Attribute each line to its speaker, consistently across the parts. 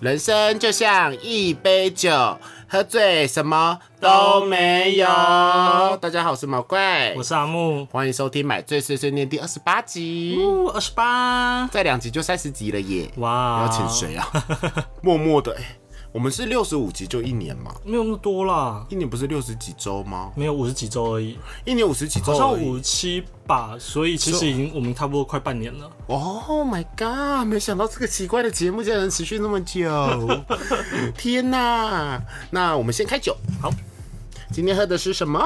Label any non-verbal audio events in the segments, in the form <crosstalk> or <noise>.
Speaker 1: 人生就像一杯酒，喝醉什么都没有。大家好，我是毛怪
Speaker 2: 我，是阿木，
Speaker 1: 欢迎收听《买醉碎碎念》第二十八集，
Speaker 2: 呜，二十八，
Speaker 1: 再两集就三十集了耶！
Speaker 2: 哇，
Speaker 1: 要请？谁啊？默默的、欸，我们是六十五集就一年嘛，
Speaker 2: 没有那么多啦，
Speaker 1: 一年不是六十几周吗？
Speaker 2: 没有五十几周而已，
Speaker 1: 一年五十几周
Speaker 2: 好像
Speaker 1: 而已
Speaker 2: 五七吧，所以其实已经我们差不多快半年了。
Speaker 1: Oh my god！没想到这个奇怪的节目竟然能持续那么久，
Speaker 2: <laughs>
Speaker 1: 天哪！那我们先开酒，
Speaker 2: 好，
Speaker 1: 今天喝的是什么？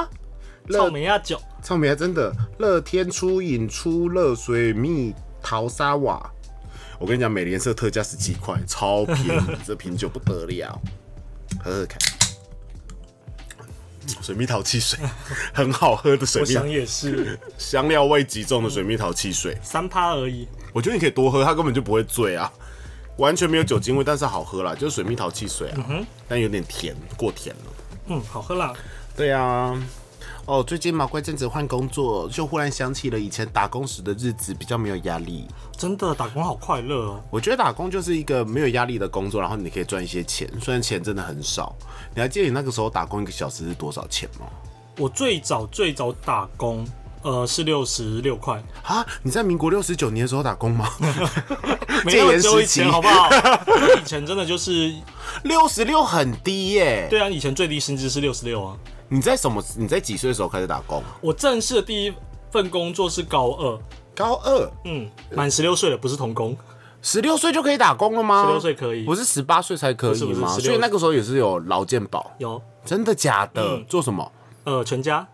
Speaker 2: 草
Speaker 1: 乐
Speaker 2: 莓亚酒，
Speaker 1: 草莓啊，真的乐天出饮出乐水蜜桃沙瓦。我跟你讲，美联社特价十七块，超便宜，这瓶酒不得了，喝喝看。嗯水蜜桃汽水， <laughs> 很好喝的水
Speaker 2: 我
Speaker 1: 蜜桃
Speaker 2: 想，也是
Speaker 1: 香料味极重的水蜜桃汽水。
Speaker 2: 三趴而已，
Speaker 1: 我觉得你可以多喝，它根本就不会醉啊，完全没有酒精味，但是好喝啦，就是水蜜桃汽水啊，但有点甜，过甜了。
Speaker 2: 嗯，好喝啦，
Speaker 1: 对啊，哦，最近毛怪正子换工作，就忽然想起了以前打工时的日子，比较没有压力。
Speaker 2: 真的打工好快乐哦，
Speaker 1: 我觉得打工就是一个没有压力的工作，然后你可以赚一些钱，虽然钱真的很少。你还记得你那个时候打工一个小时是多少钱吗？
Speaker 2: 我最早最早打工。呃，是六十六块，
Speaker 1: 啊，你在民国六十九年的时候打工吗？ <laughs>
Speaker 2: 没
Speaker 1: 戒
Speaker 2: 有
Speaker 1: 严
Speaker 2: 只有
Speaker 1: 时
Speaker 2: 以
Speaker 1: 期
Speaker 2: 前，好不好？因为以前真的就是，
Speaker 1: 六十六很低耶、
Speaker 2: 对啊，以前最低薪资是六十六啊。
Speaker 1: 你在什么？你在几岁的时候开始打工？
Speaker 2: 我正式的第一份工作是高二，
Speaker 1: 高二。
Speaker 2: 嗯，满十六岁了，不是童工，
Speaker 1: 十六岁就可以打工了吗？
Speaker 2: 16岁可以
Speaker 1: 不是十八岁才可以
Speaker 2: 是不是
Speaker 1: 吗？
Speaker 2: 16
Speaker 1: 所以那个时候也是有劳健保，
Speaker 2: 有
Speaker 1: 真的假的？
Speaker 2: 嗯
Speaker 1: 做什么？
Speaker 2: 呃全家，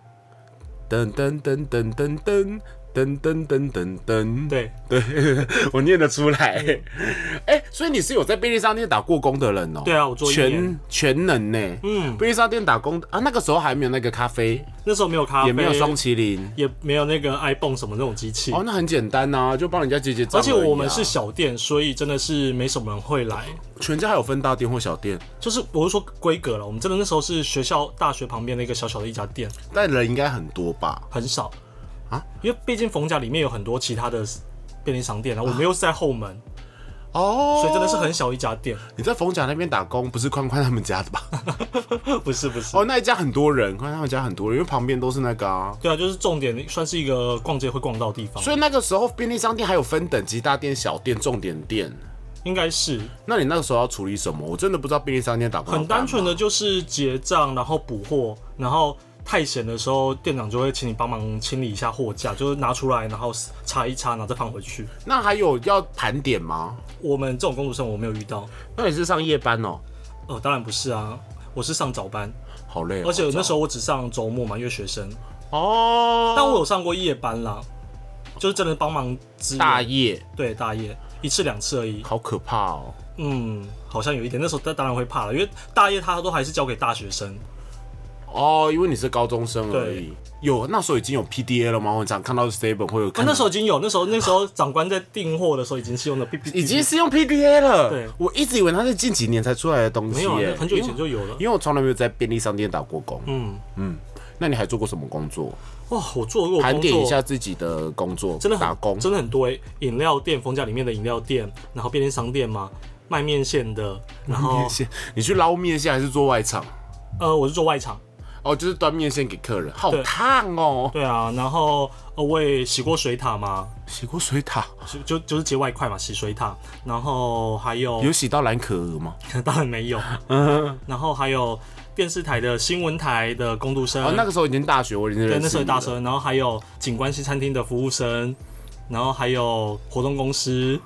Speaker 1: 噔噔噔噔噔噔噔噔噔噔噔，
Speaker 2: 对，
Speaker 1: 对， <laughs> 我念得出来。哎、所以你是有在便利商店打过工的人哦、
Speaker 2: 对啊我做一
Speaker 1: 全
Speaker 2: 年
Speaker 1: 全能呢、
Speaker 2: 嗯，
Speaker 1: 便利商店打工啊，那个时候还没有那个咖啡，
Speaker 2: 那时候没有咖啡，
Speaker 1: 也没有双麒麟。
Speaker 2: 也没有那个 iPhone 什么那种机器，
Speaker 1: 哦，那很简单呐、就帮人家结结账、
Speaker 2: 而且我们是，小店，所以真的是没什么人会来。
Speaker 1: 全家还有分大店或小店，
Speaker 2: 就是我是说规格了，我们真的那时候是学校大学旁边的一个小小的一家店，
Speaker 1: 但人应该很多吧？
Speaker 2: 很少
Speaker 1: 啊，
Speaker 2: 因为毕竟逢甲里面有很多其他的便利商店，然啊
Speaker 1: 啊
Speaker 2: 后我们又是在后门，
Speaker 1: 哦，
Speaker 2: 所以真的是很小一家店。
Speaker 1: 你在逢甲那边打工，不是宽宽他们家
Speaker 2: <laughs>
Speaker 1: 的吧？
Speaker 2: 不是不是，
Speaker 1: 哦，那一家很多人，宽宽他们家很多人，因为旁边都是那个啊。
Speaker 2: 对啊，就是重点算是一个逛街会逛到的地方，
Speaker 1: 所以那个时候便利商店还有分等级大店、小店、重点店。
Speaker 2: 应该是
Speaker 1: 那你那个时候要处理什么？我真的不知道便利商店打工要
Speaker 2: 很单纯
Speaker 1: 干嘛。
Speaker 2: 的就是结账，然后补货，然后太闲的时候，店长就会请你帮忙清理一下货架，就是拿出来，然后擦一擦，然后再放回去。
Speaker 1: 那还有要盘点吗？
Speaker 2: 我们这种工作生活我没有遇到，
Speaker 1: 那你是上夜班哦，
Speaker 2: 呃，当然不是啊，我是上早班，
Speaker 1: 好累、哦。
Speaker 2: 而且那时候
Speaker 1: 候
Speaker 2: 我只上周末嘛，因为学生，
Speaker 1: 哦，
Speaker 2: 但我有上过夜班啦，就是真的帮忙支援
Speaker 1: 大夜，
Speaker 2: 对大夜一次两次而已，
Speaker 1: 好可怕哦。
Speaker 2: 嗯，好像有一点，那时候当当然会怕了，因为大夜他都还是交给大学生，
Speaker 1: 哦，因为你是高中生而已。有那时候已经有 PDA 了吗？我很常看到 Seven 会有
Speaker 2: 啊
Speaker 1: 看，到
Speaker 2: 那时候已经有，那时候那时候长官在订货的时候已经是用的 B B，
Speaker 1: 已经是用 PDA 了。
Speaker 2: 对
Speaker 1: 我一直以为它是近几年才出来的东西、
Speaker 2: 没
Speaker 1: 耶
Speaker 2: 有啊，那很久以
Speaker 1: 因
Speaker 2: 前
Speaker 1: 为
Speaker 2: 就有了。
Speaker 1: 因为我从来没有在便利商店打过工。
Speaker 2: 嗯，
Speaker 1: 那你还做过什么工作？
Speaker 2: 哇，我做过
Speaker 1: 盘
Speaker 2: 工
Speaker 1: 点一
Speaker 2: 作
Speaker 1: 下自己的工作，
Speaker 2: 真的很
Speaker 1: 打工。
Speaker 2: 真的很多欸饮料店，逢甲里面的饮料店，然后便利商店嘛，卖面线的，然后
Speaker 1: 面线，你去捞面线还是做外场？
Speaker 2: 呃，我是做外场，
Speaker 1: 哦，就是端面线给客人，好
Speaker 2: 对
Speaker 1: 烫哦！
Speaker 2: 对啊，然后呃我也洗过水塔嘛，
Speaker 1: 洗过水塔，
Speaker 2: 就就就是接外快嘛，洗水塔，然后还有
Speaker 1: 有嗯洗到蓝可儿吗？
Speaker 2: 当然没有，然后还有电视台的新闻台的工读生，
Speaker 1: 哦，那个时候已经大学，我已经认识
Speaker 2: 呃对，那时候
Speaker 1: 你
Speaker 2: 大
Speaker 1: 了
Speaker 2: 生，然后还有景观西餐厅的服务生，然后还有活动公司，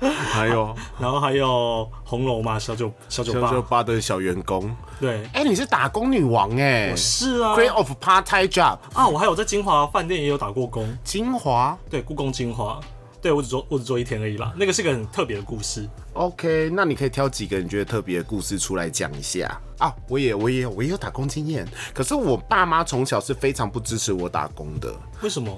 Speaker 1: 还有
Speaker 2: 然后还有红楼嘛，小酒小酒
Speaker 1: 小
Speaker 2: 吧，
Speaker 1: 酒吧的小员工。
Speaker 2: 对，
Speaker 1: 哎，你是打工女王哎
Speaker 2: 是啊，
Speaker 1: ，Queen of Part-time Job，
Speaker 2: 啊，我还有在金华饭店也有打过工，
Speaker 1: 精华。
Speaker 2: 对，故宫金华，对我只做我只做一天而已啦，那个是个很特别的故事，
Speaker 1: OK，那你可以挑几个你觉得特别的故事出来讲一下啊！我也，我也有，我也有打工经验。可是我爸妈从小是非常不支持我打工的，
Speaker 2: 为什么？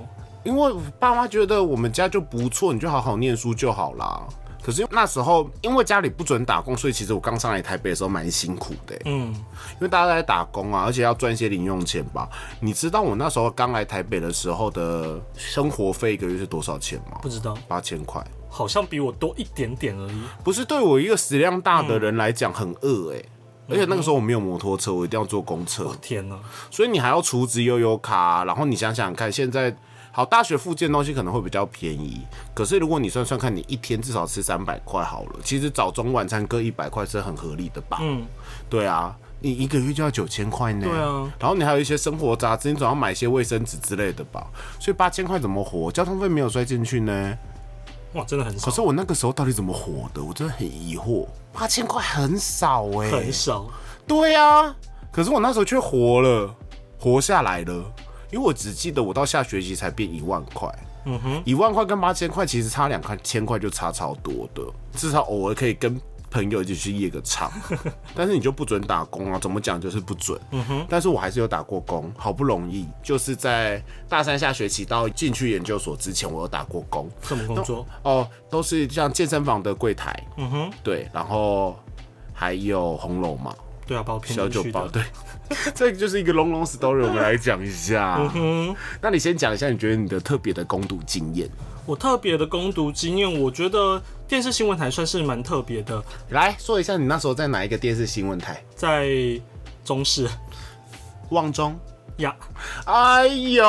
Speaker 1: 因为我爸妈觉得我们家就不错，你就好好念书就好啦。可是那时候因为家里不准打工，所以其实我刚上来台北的时候蛮辛苦的欸、
Speaker 2: 嗯，
Speaker 1: 因为大家都在打工啊，而且要赚一些零用钱吧。你知道我那时候刚来台北的时候的生活费一个月是多少钱吗
Speaker 2: 不？知道，
Speaker 1: 八千块。
Speaker 2: 好像比我多一点点而已。
Speaker 1: 不是对我一个食量大的
Speaker 2: 嗯
Speaker 1: 人来讲很饿哎、而且那个时候我没有摩托车，我一定要坐公车，
Speaker 2: 天哪，
Speaker 1: 所以你还要储值悠悠卡，然后你想想看，现在好大学附近的东西可能会比较便宜，可是如果你算算看，你一天至少吃三百块好了，其实早中晚餐各一百块是很合理的吧？嗯，对啊。你一个月就要九千块呢，
Speaker 2: 对啊，
Speaker 1: 然后你还有一些生活杂志，你总要买一些卫生纸之类的吧，所以八千块怎么活？交通费没有摔进去呢，
Speaker 2: 哇，真的很少
Speaker 1: 可，是我那个时候到底怎么火的？我真的很疑惑。八千块很少哎、
Speaker 2: 很少。
Speaker 1: 对啊，可是我那时候却活了，活下来了，因为我只记得我到下学期才变一万块。嗯哼，一万块跟八千块其实差两块千块就差超多的，至少偶尔可以跟朋友一起去夜个 <laughs> 场，但是你就不准打工啊，怎么讲就是不准。嗯哼，但是我还是有打过工，好不容易就是在大三下学期到进去研究所之前，我有打过工。
Speaker 2: 什么工作？
Speaker 1: 哦，都是像健身房的柜台，嗯哼，对，然后还有红楼嘛，
Speaker 2: 对啊，把我骗
Speaker 1: 小
Speaker 2: 进
Speaker 1: 酒
Speaker 2: 去
Speaker 1: 吧，
Speaker 2: 的。
Speaker 1: 对， <laughs> 这就是一个 long long story，我们来讲一下。
Speaker 2: 嗯
Speaker 1: 那你先讲一下，你觉得你的特别的攻读经验？
Speaker 2: 我特别的攻读经验，我觉得电视新闻台算是蛮特别的，
Speaker 1: 来说一下你那时候在哪一个电视新闻台？
Speaker 2: 在中视
Speaker 1: 旺中。
Speaker 2: 呀，
Speaker 1: 哎呦，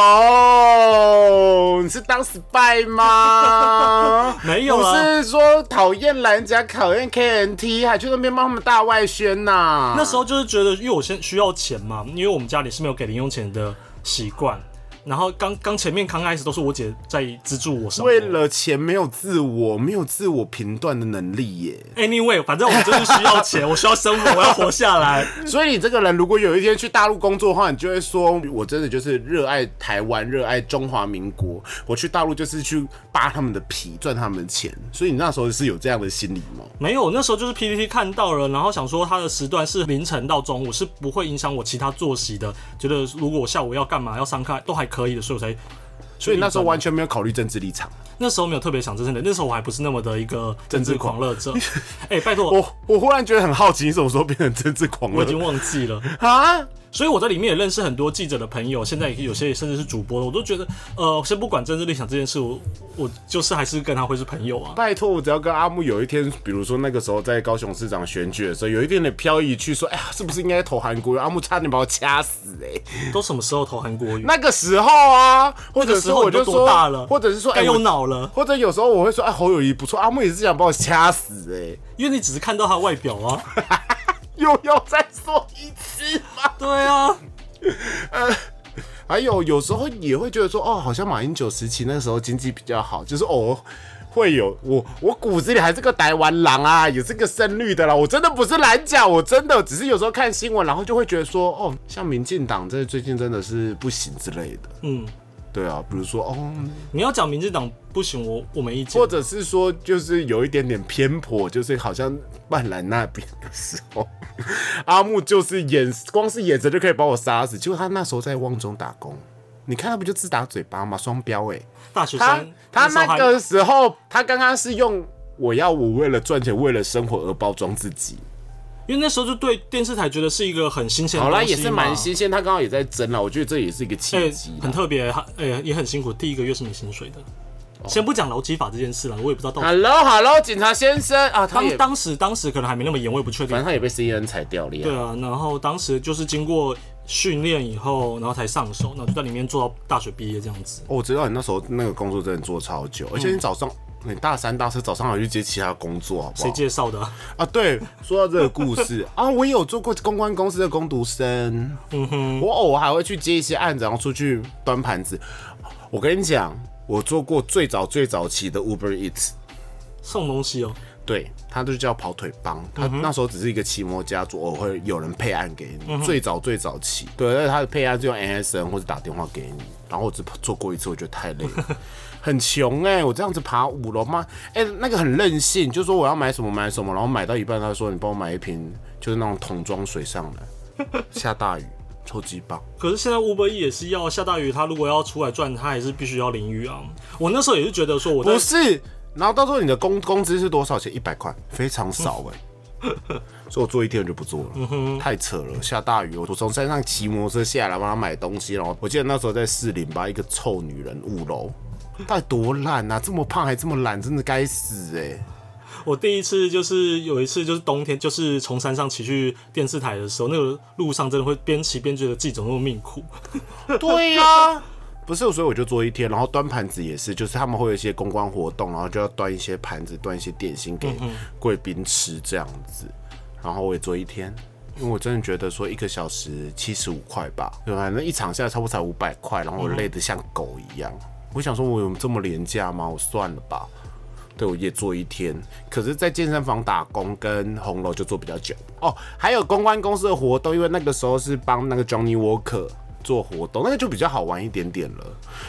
Speaker 1: 你是当 spy 吗？
Speaker 2: <laughs> 没有
Speaker 1: 我
Speaker 2: 啊
Speaker 1: 是说讨厌蓝甲，讨厌 KNT，还去那边帮他们大外宣呐、
Speaker 2: 那时候就是觉得，因为我先需要钱嘛，因为我们家里是没有给零用钱的习惯。然后刚刚前面刚开始都是我姐在资助我生活。
Speaker 1: 为了钱没有自我，没有自我评断的能力耶。
Speaker 2: anyway，反正我就是需要钱，
Speaker 1: <laughs>
Speaker 2: 我需要生活，我要活下来。 <laughs>
Speaker 1: 所以你这个人，如果有一天去大陆工作的话，你就会说，我真的就是热爱台湾，热爱中华民国。我去大陆就是去扒他们的皮，赚他们的钱。所以你那时候是有这样的心理吗？
Speaker 2: 没有，那时候就是 PPT 看到了，然后想说它的时段是凌晨到中午，是不会影响我其他作息的。觉得如果我下午要干嘛要上课都还可以的，所以我才
Speaker 1: 所以你那时候完全没有考虑政治立场。
Speaker 2: 那时候没有特别想真正的，那时候我还不是那么的一个政治狂热
Speaker 1: <laughs>
Speaker 2: 者。哎、拜托，
Speaker 1: 我我忽然觉得很好奇，你什么时候变成政治狂
Speaker 2: 我已经
Speaker 1: 热
Speaker 2: 忘记了。
Speaker 1: 啊？
Speaker 2: 所以我在里面也认识很多记者的朋友，现在也有些甚至是主播，我都觉得，呃，先不管政治立场这件事，我我就是还是跟他会是朋友啊。
Speaker 1: 拜托，我只要跟阿木有一天，比如说那个时候在高雄市长选举的时候，有一点点漂移去说，哎呀，是不是应该投韩国瑜？阿木差点把我掐死哎、
Speaker 2: 都什么时候投韩国语？
Speaker 1: 那个时候啊，或
Speaker 2: 那
Speaker 1: 者
Speaker 2: 个
Speaker 1: 是
Speaker 2: 时候
Speaker 1: 我
Speaker 2: 你
Speaker 1: 就
Speaker 2: 就
Speaker 1: 说，
Speaker 2: 多大了
Speaker 1: 或者是说，哎、
Speaker 2: 该
Speaker 1: 我
Speaker 2: 用脑了，
Speaker 1: 或者有时候我会说，哎，侯友谊不错，阿木也是想把我掐死哎、
Speaker 2: 因为你只是看到他的外表啊。
Speaker 1: 又要再说一次吗？
Speaker 2: 对啊，
Speaker 1: 还有有时候也会觉得说，哦，好像马英九时期那时候经济比较好，就是偶尔会有我我骨子里还是个台湾狼啊，也是个深绿的啦，我真的不是蓝甲，我真的只是有时候看新闻，然后就会觉得说，哦，像民进党这最近真的是不行之类的，
Speaker 2: 嗯，
Speaker 1: 对啊，比如说哦，
Speaker 2: 你要讲民进党不行，我我没意见
Speaker 1: 或。者是说就是有一点点偏颇，就是好像曼兰那边的时候，阿木就是眼光是眼神就可以把我杀死，结果他那时候在旺中打工。你看他不就自打嘴巴吗？双标哎、
Speaker 2: 大学
Speaker 1: 他
Speaker 2: 生
Speaker 1: 他
Speaker 2: 时候
Speaker 1: 那
Speaker 2: 还
Speaker 1: 个时候，他刚刚是用我要我为了赚钱，为了生活而包装自己。
Speaker 2: 因为那时候就对电视台觉得是一个很新鲜的
Speaker 1: 好啦，
Speaker 2: 东西
Speaker 1: 也是
Speaker 2: 嘛
Speaker 1: 蛮。新鲜，他刚好也在争啦，我觉得这也是一个
Speaker 2: 哎、
Speaker 1: 契机啦。
Speaker 2: 很特别，还哎、也很辛苦。第一个月是没薪水的，先不讲劳基法这件事了，我也不知道到底
Speaker 1: Hello Hello，警察先生啊，他
Speaker 2: 当
Speaker 1: 也反
Speaker 2: 当时当时可能还没那么严，我也不确定
Speaker 1: 正。他也被 CNN 裁掉了呀。
Speaker 2: 对啊，然后当时就是经过训练以后，然后才上手，然后就在里面做到大学毕业这样子。
Speaker 1: 哦，我知道你那时候那个工作真的做超久，而且你早上。你大三、大四早上还去接其他工作，好不
Speaker 2: 谁
Speaker 1: 好？
Speaker 2: 介绍的啊、 <laughs>
Speaker 1: 啊，对，说到这个故事啊，我也有做过公关公司的工读生，嗯哼，我偶尔还会去接一些案子，然后出去端盘子。我跟你讲，我做过最早最早期的 Uber Eats，
Speaker 2: 送东西哦、
Speaker 1: 对，它就叫跑腿帮，它那时候只是一个奇摩家族，偶尔会有人配案给你，最早最早期，对，而且它的配案是用 NSN 或者打电话给你，然后我只做过一次，我觉得太累了。很穷哎、我这样子爬五楼吗？哎、那个很任性，就说我要买什么买什么，然后买到一半，他说你帮我买一瓶就是那种桶装水上来，下大雨，超级棒。
Speaker 2: 可是现在 Uber E 也是要下大雨，他如果要出来赚，他也是必须要淋雨啊。我那时候也是觉得说我在
Speaker 1: 不是，然后到时候你的工工资是多少钱？一百块，非常少哎、所以我做一天我就不做了，太扯了。下大雨，我从山上骑摩托车下来帮他买东西，然后我记得那时候在士林吧，一个臭女人五楼，到底多懒啊！这么胖还这么懒，真的该死哎、
Speaker 2: 我第一次就是有一次就是冬天，就是从山上骑去电视台的时候，那个路上真的会边骑边觉得自己怎么那么命苦。
Speaker 1: 对呀、不是，所以我就做一天，然后端盘子也是，就是他们会有一些公关活动，然后就要端一些盘子，端一些点心给贵宾吃这样子。然后我也做一天，因为我真的觉得说一个小时七十五块吧，对吧？那一场下来差不多才五百块，然后
Speaker 2: 嗯
Speaker 1: 我累得像狗一样。我想说，我有这么廉价吗？我算了吧。对，我也做一天，可是，在健身房打工跟红楼就做比较久哦。还有公关公司的活动，因为那个时候是帮那个 Johnny Walker 做活动，那个就比较好玩一点点了，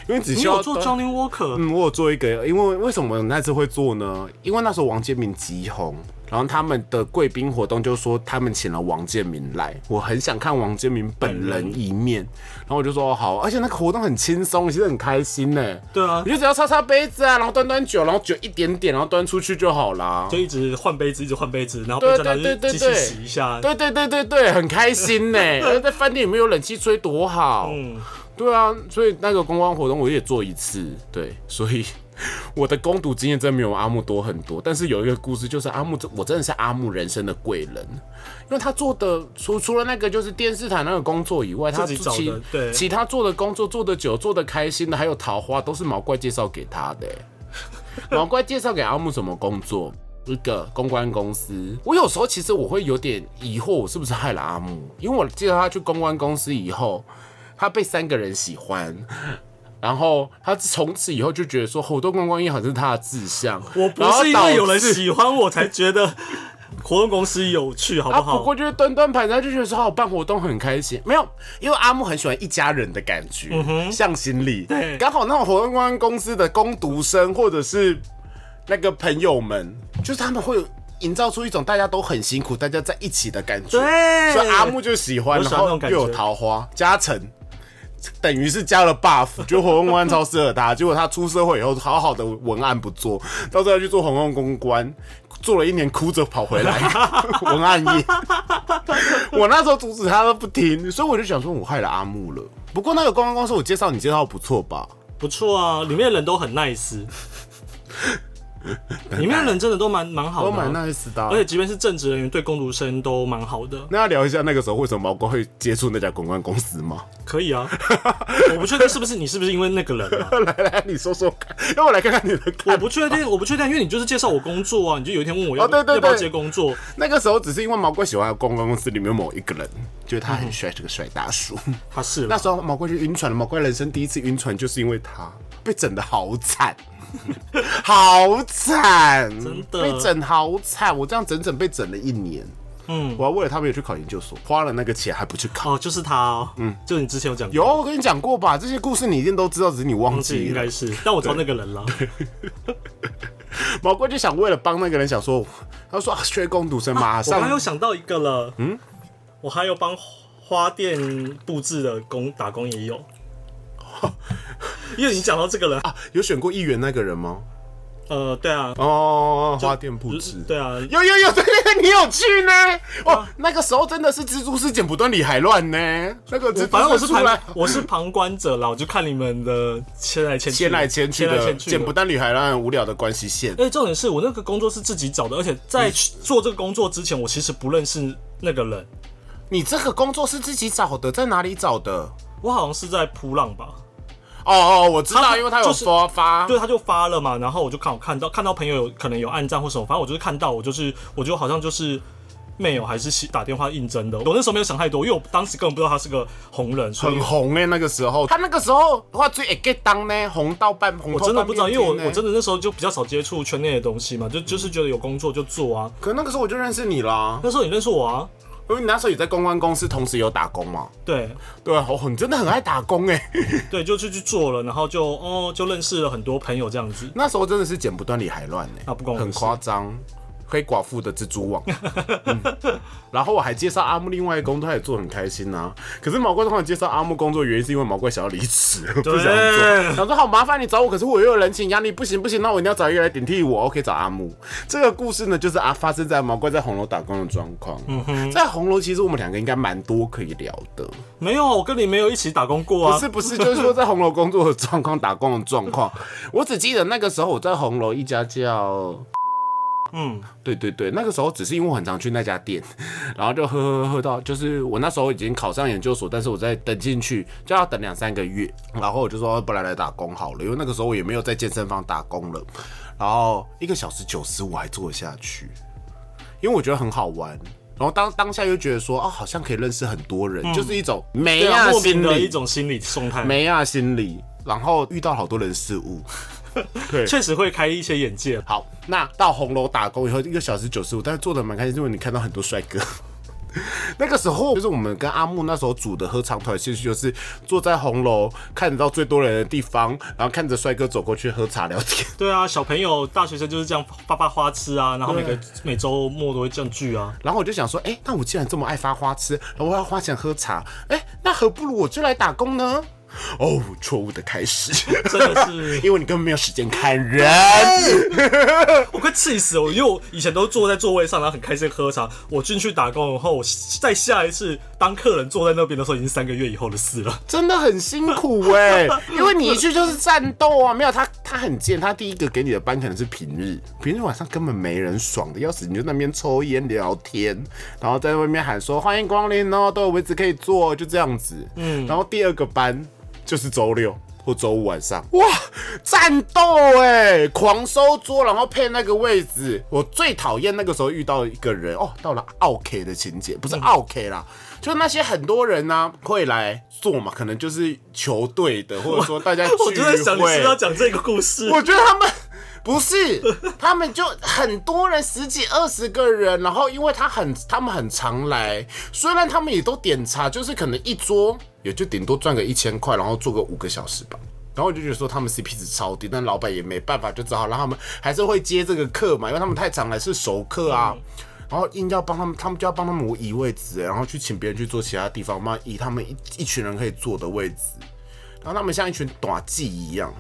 Speaker 1: 因为只
Speaker 2: 你
Speaker 1: 需要
Speaker 2: 有做 Johnny Walker？
Speaker 1: 嗯，我有做一个，因为为什么那次会做呢？因为那时候王建民极红，然后他们的贵宾活动就说他们请了王建民来，我很想看王建民本人一面，然后我就说哦好，而且那个活动很轻松，其实很开心呢。
Speaker 2: 对啊
Speaker 1: 你，就只要擦擦杯子啊，然后端端酒，然后酒一点点，然后端出去就好啦。
Speaker 2: 就一直换杯子，一直换杯子，然后
Speaker 1: 对
Speaker 2: 被再拿
Speaker 1: 对对
Speaker 2: 去
Speaker 1: 对
Speaker 2: 机器
Speaker 1: 对
Speaker 2: 洗一下。
Speaker 1: 对对对对对，很开心呢。
Speaker 2: <laughs>
Speaker 1: 而且在饭店里面有冷气吹，多好。
Speaker 2: 嗯，
Speaker 1: 对啊，所以那个公关活动我也做一次，对，所以 <laughs> 我的攻读经验真没有阿木多很多。但是有一个故事，就是阿木，我真的是阿木人生的贵人，因为他做的除除了那个就是电视台那个工作以外，他
Speaker 2: 自己找的
Speaker 1: 其
Speaker 2: 对
Speaker 1: 其他做的工作做的久、做的开心的，还有桃花，都是毛怪介绍给他
Speaker 2: <laughs>
Speaker 1: 的欸、毛怪介绍给阿木什么工作？一个公关公司，我有时候其实我会有点疑惑，我是不是害了阿木？因为我介绍他去公关公司以后，他被三个人喜欢，然后他从此以后就觉得说活动公关业好像是他的志向。
Speaker 2: 我不
Speaker 1: 然后
Speaker 2: 是因为有
Speaker 1: 导
Speaker 2: 人
Speaker 1: 致
Speaker 2: 喜欢我才觉得活动公司有趣，好不
Speaker 1: 啊，不
Speaker 2: 好？
Speaker 1: 过就是端端盘子，他就觉得说好办活动很开心，没有，因为阿木很喜欢一家人的感觉，向心力。
Speaker 2: 嗯对
Speaker 1: 刚好那种活动公关公司的工读生或者是那个朋友们，就是他们会有营造出一种大家都很辛苦，大家在一起的感觉。
Speaker 2: 对
Speaker 1: 所以阿木就喜欢，
Speaker 2: 我喜欢
Speaker 1: 然
Speaker 2: 那
Speaker 1: 后
Speaker 2: 种感觉
Speaker 1: 又有桃花加成。等于是加了 buff，觉得活动公关超适合他。结果他出社会以后，好好的文案不做， <laughs> 到最后去做活动公关，做了一年，哭着跑回来 <laughs> 文案业。 <laughs> 我那时候阻止他都不听，所以我就想说，我害了阿木了。不过那个公关公司，我介绍你介绍得不错吧？
Speaker 2: 不错啊，里面的人都很
Speaker 1: <laughs>
Speaker 2: nice，里面的人真的都蛮蛮好
Speaker 1: 都
Speaker 2: 的啊、
Speaker 1: 蛮 nice 的啊、
Speaker 2: 而且即便是正职人员，对工读生都蛮好的。
Speaker 1: 那要聊一下那个时候为什么毛哥会接触那家公关公司吗？ <laughs>
Speaker 2: 可以啊，我不确定是不是你是不是因为那个人
Speaker 1: <laughs>
Speaker 2: 啊？
Speaker 1: 来来，你说说看，让我来看看你的
Speaker 2: 我
Speaker 1: 看。
Speaker 2: 不确定，我不确定，因为你就是介绍我工作啊，你就有一天问我要、
Speaker 1: 哦对对
Speaker 2: 要不要
Speaker 1: 对
Speaker 2: 接工作，
Speaker 1: 那个时候只是因为毛哥喜欢公关公司里面某一个人，觉得他
Speaker 2: 嗯
Speaker 1: 很帅，是个帅大叔。
Speaker 2: 他是
Speaker 1: 那
Speaker 2: 啦
Speaker 1: 时候毛怪就晕船了，毛怪人生第一次晕船就是因为他被整的好
Speaker 2: <laughs>
Speaker 1: 惨，好惨，
Speaker 2: 真的
Speaker 1: 被整好惨，我这样整整被整了一年。嗯，我还为了他没有去考研究所，花了那个钱还不去考。
Speaker 2: 哦，就是他、哦，嗯，就是你之前有讲过，
Speaker 1: 有，我跟你讲过吧，这些故事你一定都知道，只是你忘
Speaker 2: 忘记
Speaker 1: 记
Speaker 2: 嗯应
Speaker 1: 了
Speaker 2: 该。是，但我知道那个人了，
Speaker 1: 毛怪就想为了帮那个人，想说，他说啊，缺工读生，马
Speaker 2: 我
Speaker 1: 上
Speaker 2: 还有想到一个了，嗯，我还有帮花店布置的工打工也
Speaker 1: <laughs>
Speaker 2: 有，因为你讲到这个人，
Speaker 1: 啊，有选过议员那个人吗？
Speaker 2: 呃，对啊，
Speaker 1: 哦，花店布置，
Speaker 2: 对啊，
Speaker 1: 有有有，对对对，你有去呢？哦，那个时候真的是蜘蛛丝剪不断理还乱呢。那个蜘蛛
Speaker 2: 反正我
Speaker 1: 丝
Speaker 2: 是
Speaker 1: 出来
Speaker 2: 旁，我是旁观者啦，我就看你们的牵来牵去的，
Speaker 1: 牵来牵去
Speaker 2: 牵来
Speaker 1: 的，
Speaker 2: 牵去
Speaker 1: 剪不
Speaker 2: 的。
Speaker 1: 断理还乱，无聊的关系线。
Speaker 2: 而且重点是我那个工作是自己找的，而且在去做这个工作之前，我其实不认识那个人，
Speaker 1: 你这个工作是自己找的，在哪里找的？
Speaker 2: 我好像是在扑浪吧，
Speaker 1: 哦哦，我知道，
Speaker 2: 他
Speaker 1: 因为他有
Speaker 2: 就是
Speaker 1: 发发，
Speaker 2: 对，他就发了嘛，然后我就看我看到看到朋友有可能有暗赞或什么，反正我就是看到，我就是我就好像就是。没有，还是写打电话应征的。我那时候没有想太多，因为我当时根本不知道他是个红人，所以
Speaker 1: 很红哎、那个时候他那个时候话最 a g 当呢，红到半红
Speaker 2: 我
Speaker 1: 透
Speaker 2: 真的
Speaker 1: 半边天呢，欸
Speaker 2: 不知道，因为我我真的那时候就比较少接触圈内的东西嘛，就就是觉得有工作就做啊。
Speaker 1: 可那个时候我就认识你啦，
Speaker 2: 那时候你认识我啊？
Speaker 1: 因为你那时候也在公关公司，同时有打工嘛。
Speaker 2: 对
Speaker 1: 对，哦，你真的很爱打工哎、
Speaker 2: 对，就去去做了，然后就哦就认识了很多朋友这样子。
Speaker 1: 那时候真的是剪不断理还乱呢、欸
Speaker 2: 啊不关我的
Speaker 1: 很
Speaker 2: 事
Speaker 1: 夸张。黑寡妇的蜘蛛网。嗯然后我还介绍阿木另外一个工作，他也做得很开心啊。可是毛怪通常介绍阿木工作，原因是因为毛怪想要离职， <laughs> 不想做，想说好麻烦你找我，可是我又有人情压力，不行不行，那我一定要找一个来顶替我。OK，找阿木。这个故事呢，就是啊发生在毛怪在红楼打工的状况。
Speaker 2: 嗯
Speaker 1: 在红楼其实我们两个应该蛮多可以聊的。
Speaker 2: 没有，我跟你没有一起打工过
Speaker 1: 不
Speaker 2: 啊。
Speaker 1: 是不是，就是说在红楼工作的状况、打工的状况。 <laughs> 我只记得那个时候我在红楼一家叫，
Speaker 2: 嗯，
Speaker 1: 对对对，那个时候只是因为我很常去那家店， <laughs> 然后就喝喝喝喝到，就是我那时候已经考上研究所，但是我在等进去就要等两三个月，然后我就说啊不然来打工好了，因为那个时候我也没有在健身房打工了，然后一个小时九十五还做得下去，因为我觉得很好玩。然后当当下又觉得说啊，好像可以认识很多人，就是一种没
Speaker 2: 对嗯啊，
Speaker 1: 啊
Speaker 2: 莫名
Speaker 1: 心
Speaker 2: 的
Speaker 1: 理
Speaker 2: 一种心理状态，
Speaker 1: 梅亚心理，然后遇到好多人事 <laughs> 物。对，
Speaker 2: 确实会开一些眼界。
Speaker 1: 好，那到红楼打工以后，一个小时九十五，但是做的蛮开心，因为你看到很多帅哥。 <laughs> 那个时候就是我们跟阿木那时候组的喝长团兴趣，就是坐在红楼看得到最多人的地方，然后看着帅哥走过去喝茶聊天。 <laughs>
Speaker 2: 对啊，小朋友、大学生就是这样发发花痴啊，然后每个每周末都会这样聚啊。
Speaker 1: 然后我就想说，哎、那我既然这么爱发花痴，然后我要花钱喝茶，哎、那何不如我就来打工呢？ <laughs> 哦，错误的开始， <laughs>
Speaker 2: 真的是哎
Speaker 1: 因为你根本没有时间看人。
Speaker 2: 我快气死了！因为我以前都坐在座位上，然后很开心喝茶。我进去打工后，我再下一次当客人坐在那边的时候，已经三个月以后的事
Speaker 1: <laughs>
Speaker 2: 了。
Speaker 1: 真的很辛苦哎、因为你一去就是战斗啊，没有他他很贱，他第一个给你的班可能是平日，平日晚上根本没人爽的要死，你就那边抽烟聊天，然后在外面喊说欢迎光临哦，都有位置可以坐哦，就这样子。嗯，然后第二个班就是周六。或周五晚上，哇，战斗哎、狂收桌，然后配那个位置。我最讨厌那个时候遇到一个人哦，到了 OK 的情节，不是 OK 啦，就那些很多人呢、啊会来做嘛，可能就是球队的，或者说大家 <laughs> 聚会。
Speaker 2: 我就在想，你是不是要讲这个故事？
Speaker 1: 我觉得他们不是， <laughs> 他们就很多人，十几二十个人，然后因为他很，他们很常来，虽然他们也都点茶，就是可能一桌也就顶多赚个一千块，然后做个五个小时吧。然后我就觉得说他们 CP 值超低，但老板也没办法，就只好让他们还是会接这个课嘛，因为他们太常来是熟客啊。然后硬要帮他们，他们就要帮他们移位置，然后去请别人去做其他地方嘛，移他们一一群人可以坐的位置。然后他们像一群短技一样，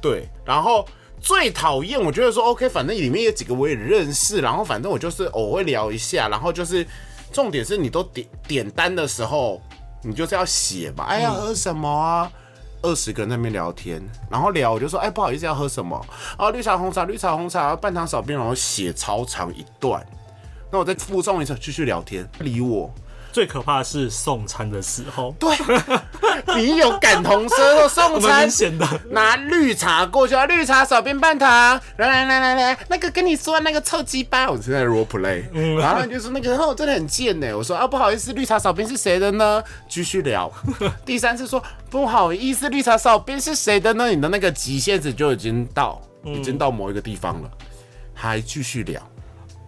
Speaker 1: 对，然后。最讨厌，我觉得说 OK，反正里面有几个我也认识，然后反正我就是偶会聊一下，然后就是重点是你都点点单的时候，你就是要写
Speaker 2: 嗯
Speaker 1: 嘛，哎呀喝什么啊？二十个人在那边聊天，然后聊我就说，哎不好意思要喝什么啊？绿茶红茶，绿茶红茶，半糖少冰，然后写超长一段，那我再附送一次继续聊天，不理我，
Speaker 2: 最可怕的是送餐的时候，
Speaker 1: 对啊 <laughs> 你有感同身受，送
Speaker 2: <laughs> 我们
Speaker 1: 餐
Speaker 2: 明显的。
Speaker 1: 拿绿茶过去啊，绿茶少冰半糖，来来来来来，那个跟你说那个臭鸡巴，我现在 role play，、然后他就说那个哦真的很贱呢，我说啊不好意思，绿茶少冰是谁的呢？继续聊，第三次说不好意思，绿茶少冰是谁的呢？你的那个极限值就已经到，已经到某一个地方了，还继续聊，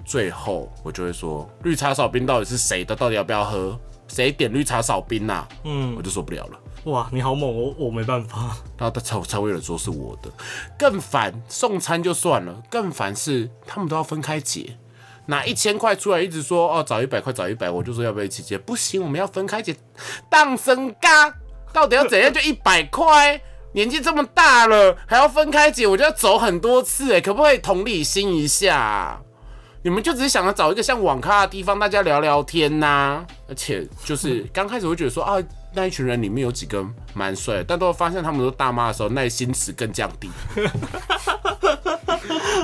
Speaker 1: 最后我就会说绿茶少冰到底是谁的？到底要不要喝？谁点绿茶少冰呐、啊？嗯，我就受不了了。
Speaker 2: 哇，你好猛，我我没办法。
Speaker 1: 然后他才才会有人说是我的。更烦送餐就算了，更烦是他们都要分开结，拿一千块出来一直说哦找一百块找一百，我就说要不要一起结？不行，我们要分开结，当身嘎，到底要怎样就一百块？年纪这么大了还要分开结，我就要走很多次哎，可不可以同理心一下啊、你们就只是想要找一个像网咖的地方，大家聊聊天呐、而且 <laughs> 就是刚开始会觉得说啊，那一群人里面有几个蛮帅的，但都发现他们都大妈的时候，耐心值更降 <laughs> 低，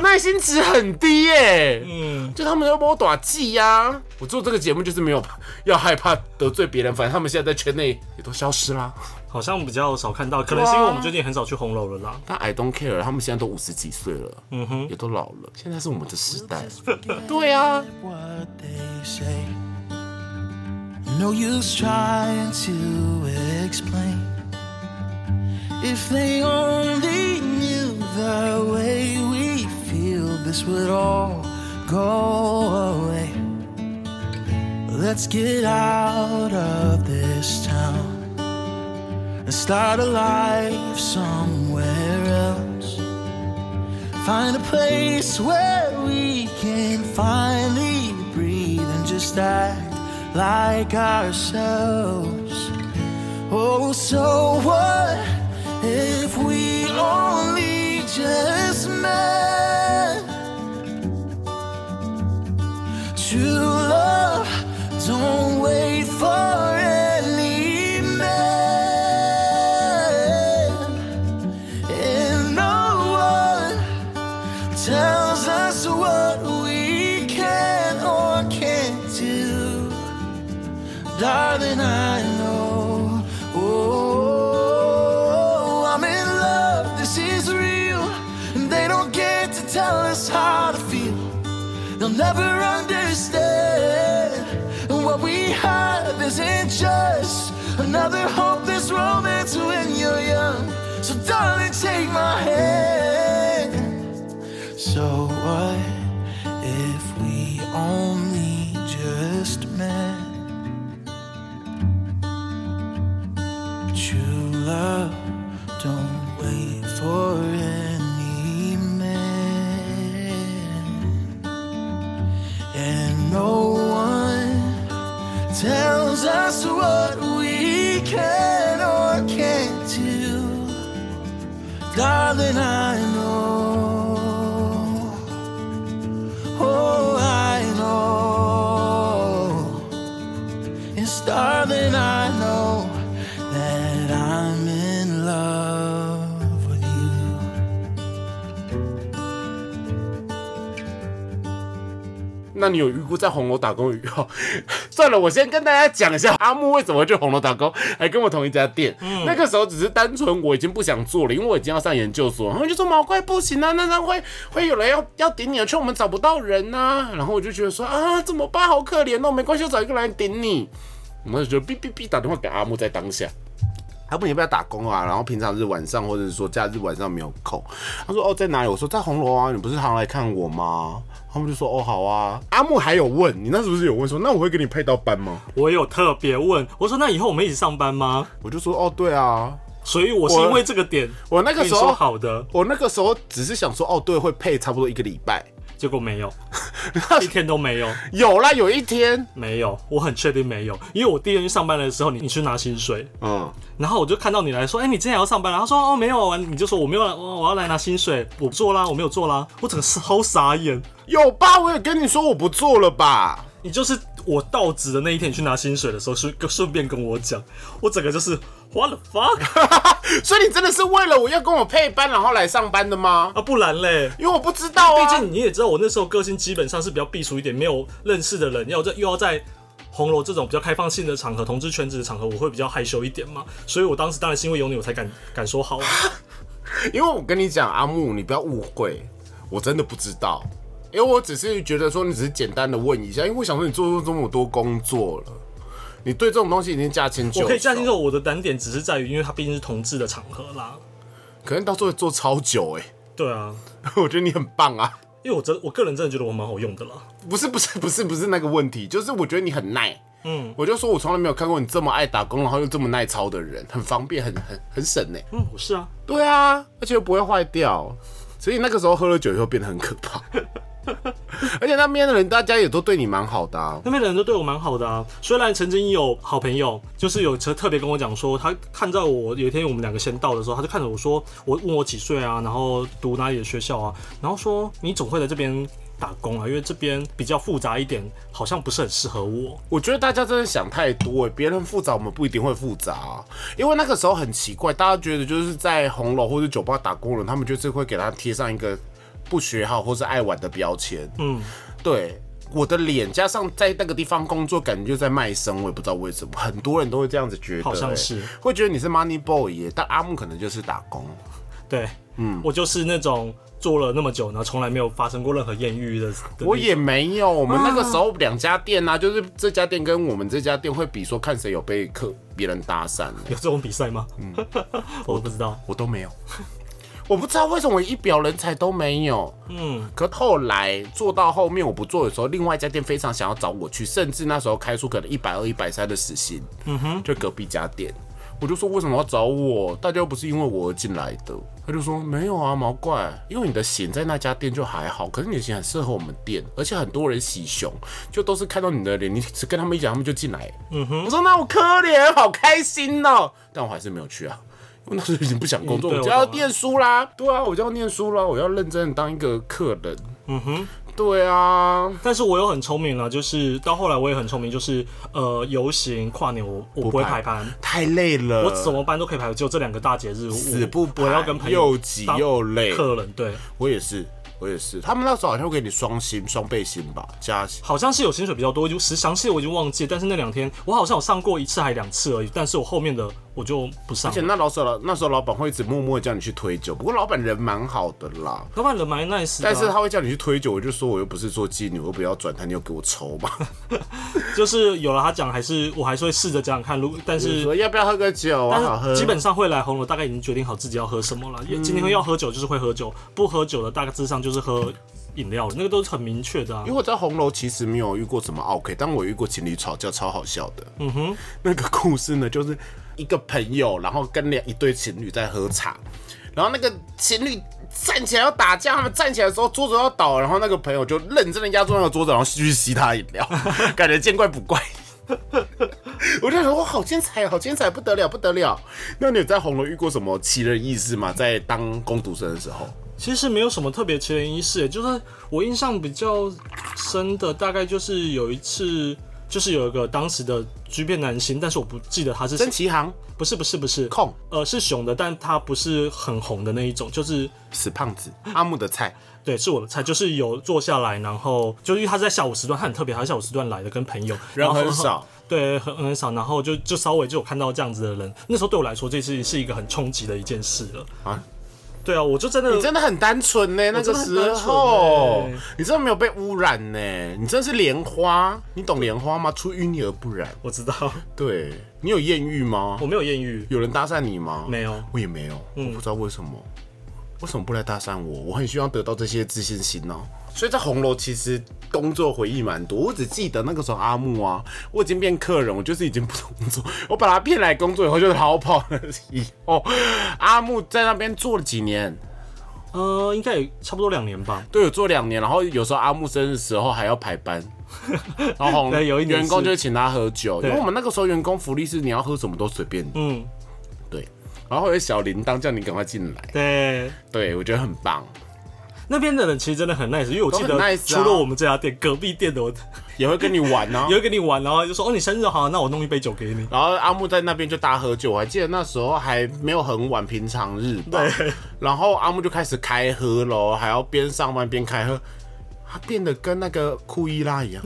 Speaker 1: 耐心值很低耶、嗯，就他们要把我打气呀、我做这个节目就是没有要害怕得罪别人，反正他们现在在圈内也都消失啦。
Speaker 2: 好像比较少看到，可能是因为我们最近很少去红楼了啦。
Speaker 1: 但 I don't care，他们现在都五十几岁了，嗯哼，也都老了，现在是我们的时代。对啊，
Speaker 3: what they say. No use trying to explain. If they only knew the way we feel, this would all go away. Let's get out of this town and start a life somewhere else. Find a place where we can finally breathe and just act like ourselves. Oh, so what if we only just met? True love, don't wait for any man. And no one tells us what we can or can't do. Darling, I know. Oh, I'm in love, this is real. And they don't get to tell us how to feel. They'll never understand what we have isn't just another hopeless romance when you're young. So, darling, take my hand. So, what if we only just met? True love, don't wait for any man and no one tells us what we can or can't do. Darling, I know. Oh, I know. Yes, darling, I know that I'm in love with you.
Speaker 1: 那你有遇过在红楼打工的遇到？ <laughs> 算了，我先跟大家讲一下阿木为什么会去红楼打工，还跟我同一家店。那个时候只是单纯我已经不想做了，因为我已经要上研究所。然后就说毛怪不行啊，那那会会有人要要顶你的，却我们找不到人呐、然后我就觉得说啊，怎么办？好可怜哦，没关系，我找一个人来顶你。我们就哔哔哔打电话给阿木，在当下。他不你要不要打工啊？然后平常日晚上或者是说假日晚上没有空。他说哦在哪里？我说在红楼啊，你不是常来看我吗？他们就说哦好啊。阿木还有问你那时候是有问说那我会给你配到班吗？
Speaker 2: 我有特别问，我说那以后我们一起上班吗？
Speaker 1: 我就说哦对啊，
Speaker 2: 所以我是
Speaker 1: 我
Speaker 2: 因为这个点，
Speaker 1: 我那个
Speaker 2: 跟你
Speaker 1: 时候
Speaker 2: 说好的，
Speaker 1: 我那个时候只是想说哦对会配差不多一个礼拜，
Speaker 2: 结果没有，一天都没有，
Speaker 1: 有啦有一天，
Speaker 2: 没有，我很确定没有，因为我第一天去上班的时候，你你去拿薪水，
Speaker 1: 嗯，
Speaker 2: 然后我就看到你来说，哎、你今天还要上班啊？他说，哦，没有啊，你就说我没有来，我我要来拿薪水，我不做啦，我没有做啦，我整个超傻眼。
Speaker 1: 有吧？我也跟你说我不做了吧？ <laughs>
Speaker 2: 你就是我到职的那一天，你去拿薪水的时候，顺顺便跟我讲，我整个就是 what the fuck
Speaker 1: 所以你真的是为了我要跟我配班然后来上班的吗？
Speaker 2: 啊，不然嘞。
Speaker 1: 因为我不知道
Speaker 2: 毕
Speaker 1: 啊，
Speaker 2: 竟你也知道，我那时候个性基本上是比较避俗一点，没有认识的人，要在又要在红楼这种比较开放性的场合、同志圈子的场合，我会比较害羞一点嘛。所以我当时当然是因为有你，我才敢敢说好啊。
Speaker 1: 因为我跟你讲，阿木，你不要误会，我真的不知道，因为我只是觉得说你只是简单的问一下，因为我想说你做过这么多工作了，你对这种东西已经驾轻就熟，
Speaker 2: <laughs> 我可以相信说，我的难点只是在于，因为它毕竟是同志的场合啦。
Speaker 1: 可能到时候会做超久哎、
Speaker 2: 对啊，
Speaker 1: <laughs> 我觉得你很棒啊，
Speaker 2: 因为我真我个人真的觉得我蛮好用的啦。
Speaker 1: 不是不是不是不是那个问题，就是我觉得你很耐。嗯，我就说，我从来没有看过你这么爱打工，然后又这么耐操的人，很方便，很很很省欸呢。
Speaker 2: 嗯，我是啊，
Speaker 1: 对啊，而且又不会坏掉，所以那个时候喝了酒以后变得很可
Speaker 2: <laughs>
Speaker 1: 怕。而且那边的人，大家也都对你蛮好的、啊。
Speaker 2: 那边的人都对我蛮好的啊。虽然曾经有好朋友，就是有车特别跟我讲说，他看到我有一天我们两个先到的时候，他就看着我说，我问我几岁啊，然后读哪里的学校啊，然后说你总会来这边打工啊，因为这边比较复杂一点，好像不是很适合我。
Speaker 1: 我觉得大家真的想太多、欸，别人复杂我们不一定会复杂、啊，因为那个时候很奇怪，大家觉得就是在红楼或者酒吧打工人，他们就是会给他贴上一个不学好或是爱玩的标签。嗯，对。我的脸加上在那个地方工作，感觉就在卖身，我也不知道为什么，很多人都会这样子觉得、欸，
Speaker 2: 好像是
Speaker 1: 会觉得你是 money boy，耶、但阿木可能就是打工。
Speaker 2: 对，嗯，我就是那种做了那么久，然后从来没有发生过任何艳遇的。的那
Speaker 1: 我也没有，我们那个时候两家店啊，就是这家店跟我们这家店会比说看谁有被客别人搭讪、欸
Speaker 2: 有这种比赛吗？ <laughs> 我不知道。
Speaker 1: 我都没有。 <laughs> 我不知道为什么我一表人才都没有，嗯，可后来做到后面我不做的时候，另外一家店非常想要找我去，甚至那时候开出可能一百二、一百三的时薪，嗯哼，就隔壁家店，我我就说为什么要找我？大家又不是因为我而进来的。他就说没有啊，毛怪，因为你的型在那家店就还好，可是你的型很适合我们店，而且很多人喜熊，就都是看到你的脸，你只跟他们一讲，他们就进来。嗯哼，我说那我可怜，好开心哦、但我还是没有去啊。因为那时候已经不想工作，
Speaker 2: 嗯对
Speaker 1: 我
Speaker 2: 我
Speaker 1: 就要
Speaker 2: 懂啊
Speaker 1: 念书啦。对啊，我就要念书啦，我要认真的当一个客人。嗯哼，对啊，
Speaker 2: 但是我有很聪明了，就是到后来我也很聪明，就是呃，游行跨年我我不会排班，
Speaker 1: 太累了，
Speaker 2: 我怎么班都可以排，只有这两个大节日我
Speaker 1: 死不排
Speaker 2: 我要跟朋友
Speaker 1: 又挤
Speaker 2: 当
Speaker 1: 又累
Speaker 2: 客人对，
Speaker 1: 我也是，我也是。他们那时候好像会给你双薪、双倍薪吧，加薪。
Speaker 2: 好像是有薪水比较多，就是详细我已经忘记了，但是那两天我好像有上过一次还两次而已，但是我后面的我就不上
Speaker 1: 而且
Speaker 2: 了。
Speaker 1: 那老手老那时候老板会一直默默地叫你去推酒，不过老板人蛮好的啦。
Speaker 2: 老板人蛮 nice，的啊
Speaker 1: 但是他会叫你去推酒，我就说我又不是做妓女，我又不要转摊，你又给我抽
Speaker 2: <laughs>
Speaker 1: 吧。
Speaker 2: 就是有了他讲，还是我还是会试着讲讲看，如果但
Speaker 1: 就是说要不要喝个酒啊？好
Speaker 2: 但
Speaker 1: 喝。嗯
Speaker 2: 是基本上会来红楼，大概已经决定好自己要喝什么了。也今天要喝酒就是会喝酒，不喝酒的大致上就是喝饮料，那个都是很明确的啊
Speaker 1: 因。为我在红楼其实没有遇过什么 OK，但我遇过情侣吵架，超好笑的。嗯哼，那个故事呢，就是一个朋友，然后跟两一对情侣在喝茶，然后那个情侣站起来要打架，他们站起来的时候桌子要倒，然后那个朋友就认真的压住那个桌子，然后继续吸他饮料，感觉见怪不怪。我就想说，哇，好精彩，好精彩，不得了，不得了。那你有在红楼遇过什么奇人异事吗？在当工读生的时候，
Speaker 2: 其实没有什么特别奇人异事，就是我印象比较深的，大概就是有一次，就是有一个当时的巨变男星，但是我不记得他是谁
Speaker 1: 曾奇航
Speaker 2: 不是不是不是
Speaker 1: 控
Speaker 2: 呃是熊的，但他不是很红的那一种，就是
Speaker 1: 死胖子，阿木的菜。
Speaker 2: 对，是我的菜，就是有坐下来，然后就是因为他是在下午时段，他很特别，他是下午时段来的，跟朋友，
Speaker 1: 人
Speaker 2: 然后
Speaker 1: 很少，
Speaker 2: <laughs> 对，很很少，然后就就稍微就有看到这样子的人，那时候对我来说，这是是一个很冲击的一件事了
Speaker 1: 啊。
Speaker 2: 对啊，我就真的
Speaker 1: 你真的很单纯呢、那个
Speaker 2: 真的很
Speaker 1: 时
Speaker 2: 单纯
Speaker 1: 候
Speaker 2: 欸，
Speaker 1: 你真的没有被污染呢、你真的是莲花，你懂莲花吗？出淤泥而不染。
Speaker 2: 我知道，
Speaker 1: 对你有艳遇吗
Speaker 2: 我？没有艳遇，
Speaker 1: 有人搭讪你吗？
Speaker 2: 没有嗯
Speaker 1: 我也没有，我不知道为什么。为什么不来搭讪我？我很希望得到这些自信心哦、所以在红楼其实工作回忆蛮多，我只记得那个时候阿木啊，我已经变客人，我就是已经不工作，我把他骗来工作以后就逃跑了。以后阿木在那边做了几年，
Speaker 2: 呃，应该也差不多两年吧。
Speaker 1: 对，有做两年，然后有时候阿木生日的时候还要
Speaker 2: <laughs>
Speaker 1: 排班，然后
Speaker 2: 对有一年
Speaker 1: 员工
Speaker 2: 是
Speaker 1: 就会请他喝酒，因
Speaker 2: 对
Speaker 1: 为我们那个时候员工福利是你要喝什么都随便，
Speaker 2: 嗯，
Speaker 1: 对，然后会有小铃铛叫你赶快进来，
Speaker 2: 对，
Speaker 1: 对我觉得很棒，
Speaker 2: 那边的人其实真的很 nice，因为我记
Speaker 1: 都很
Speaker 2: 得
Speaker 1: nice
Speaker 2: 除
Speaker 1: 啊
Speaker 2: 了我们这家店，隔壁店的我。
Speaker 1: 也会跟你玩呢、啊
Speaker 2: <laughs> 有跟你玩，然后就说哦你生日好，那我弄一杯酒给你。
Speaker 1: 然后阿木在那边就大喝酒，我还记得那时候还没有很晚，平常日吧。然后阿木就开始开喝喽，还要边上班边开喝，他变得跟那个库伊拉一样。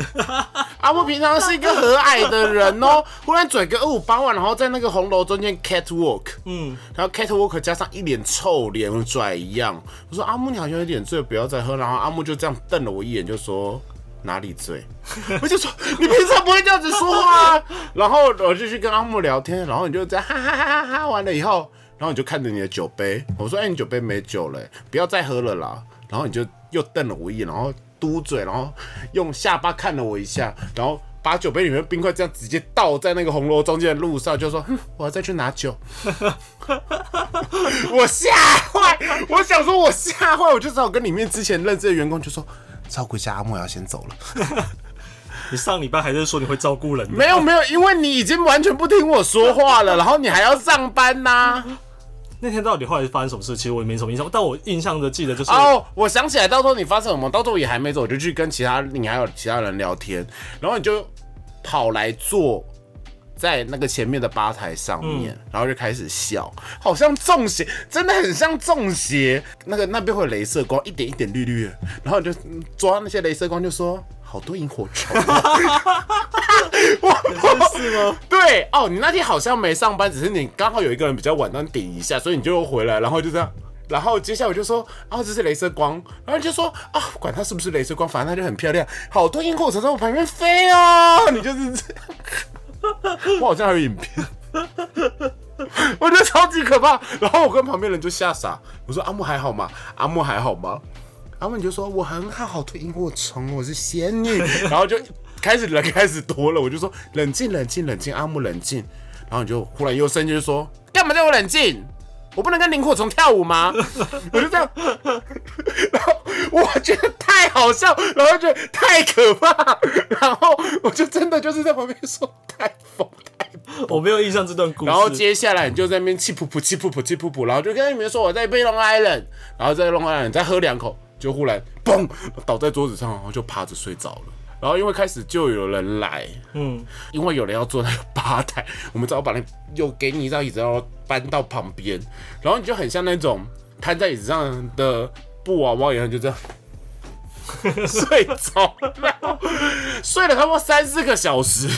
Speaker 1: 阿木平常是一个和蔼的人哦，忽然转个二五八万，然后在那个红楼中间 catwalk，嗯，然后 catwalk 加上一脸臭脸拽一样。我说阿木你好像有点醉，不要再喝。然后阿木就这样瞪了我一眼，就说。哪里醉？ <laughs> 我就说你平常不会这样子说话、啊。然后我就去跟阿木聊天，然后你就这样哈哈哈哈哈完了以后，然后你就看着你的酒杯，我说：“哎、你酒杯没酒了、不要再喝了啦。”然后你就又瞪了我一眼，然后嘟嘴，然后用下巴看了我一下，然后把酒杯里面的冰块这样直接倒在那个红楼中间的路上，就说：“哼，我要再去拿酒。” <laughs> 我吓坏，我想说我吓坏，我就只好跟里面之前认识的员工就说：“照顾一下阿木，我要先走了。”
Speaker 2: 你上礼拜还在说你会照顾人的，
Speaker 1: 没有没有，因为你已经完全不听我说话了，然后你还要上班呐、
Speaker 2: 那天到底后来发生什么事，其实我也没什么印象，但我印象的记得就是
Speaker 1: 哦，我想起来，到时候你发生什么，到时候也还没走，我就去跟其他你还有其他人聊天，然后你就跑来坐在那个前面的吧台上面，然后就开始笑，好像中邪，真的很像中邪。那个那边会有镭射光，一点一点绿绿的，然后你就嗯抓那些镭射光，就说好多萤火虫、 <laughs>
Speaker 2: 是吗？
Speaker 1: 对哦，你那天好像没上班，只是你刚好有一个人比较晚，那你顶一下，所以你就回来，然后就这样。然后接下来我就说，啊，这是镭射光，然后就说啊，管它是不是镭射光，反正它就很漂亮，好多萤火虫在我旁边飞哦，你就是 <laughs> 这样。我好像还有影片，我觉得超级可怕。然后我跟旁边人就吓傻，我说阿啊木还好吗？阿木还好吗？阿木你就说我很好，好多萤火虫，我是仙女，然后就开始人开始多了，我就说冷静冷静冷静，阿木冷静。然后你就忽然又生气，就说干嘛叫我冷静？我不能跟林火虫跳舞吗？我就这样， <laughs> 然后我觉得太好笑，然后觉得太可怕，然后我就真的就是在旁边说太疯太疯
Speaker 2: 我没有印象这段故事。
Speaker 1: 然后接下来你就在那边气噗噗气噗噗气噗噗，然后就跟你们说我在被 Long Island，然后在 Long Island 再喝两口，就忽然嘣倒在桌子上，然后就趴着睡着了。然后因为开始就有人来，
Speaker 2: 嗯，
Speaker 1: 因为有人要坐那个吧台，我们只好把那又给你一张椅子，然后搬到旁边，然后你就很像那种瘫在椅子上的布娃娃一样，就这样睡着了，然后睡了差不多三四个小时。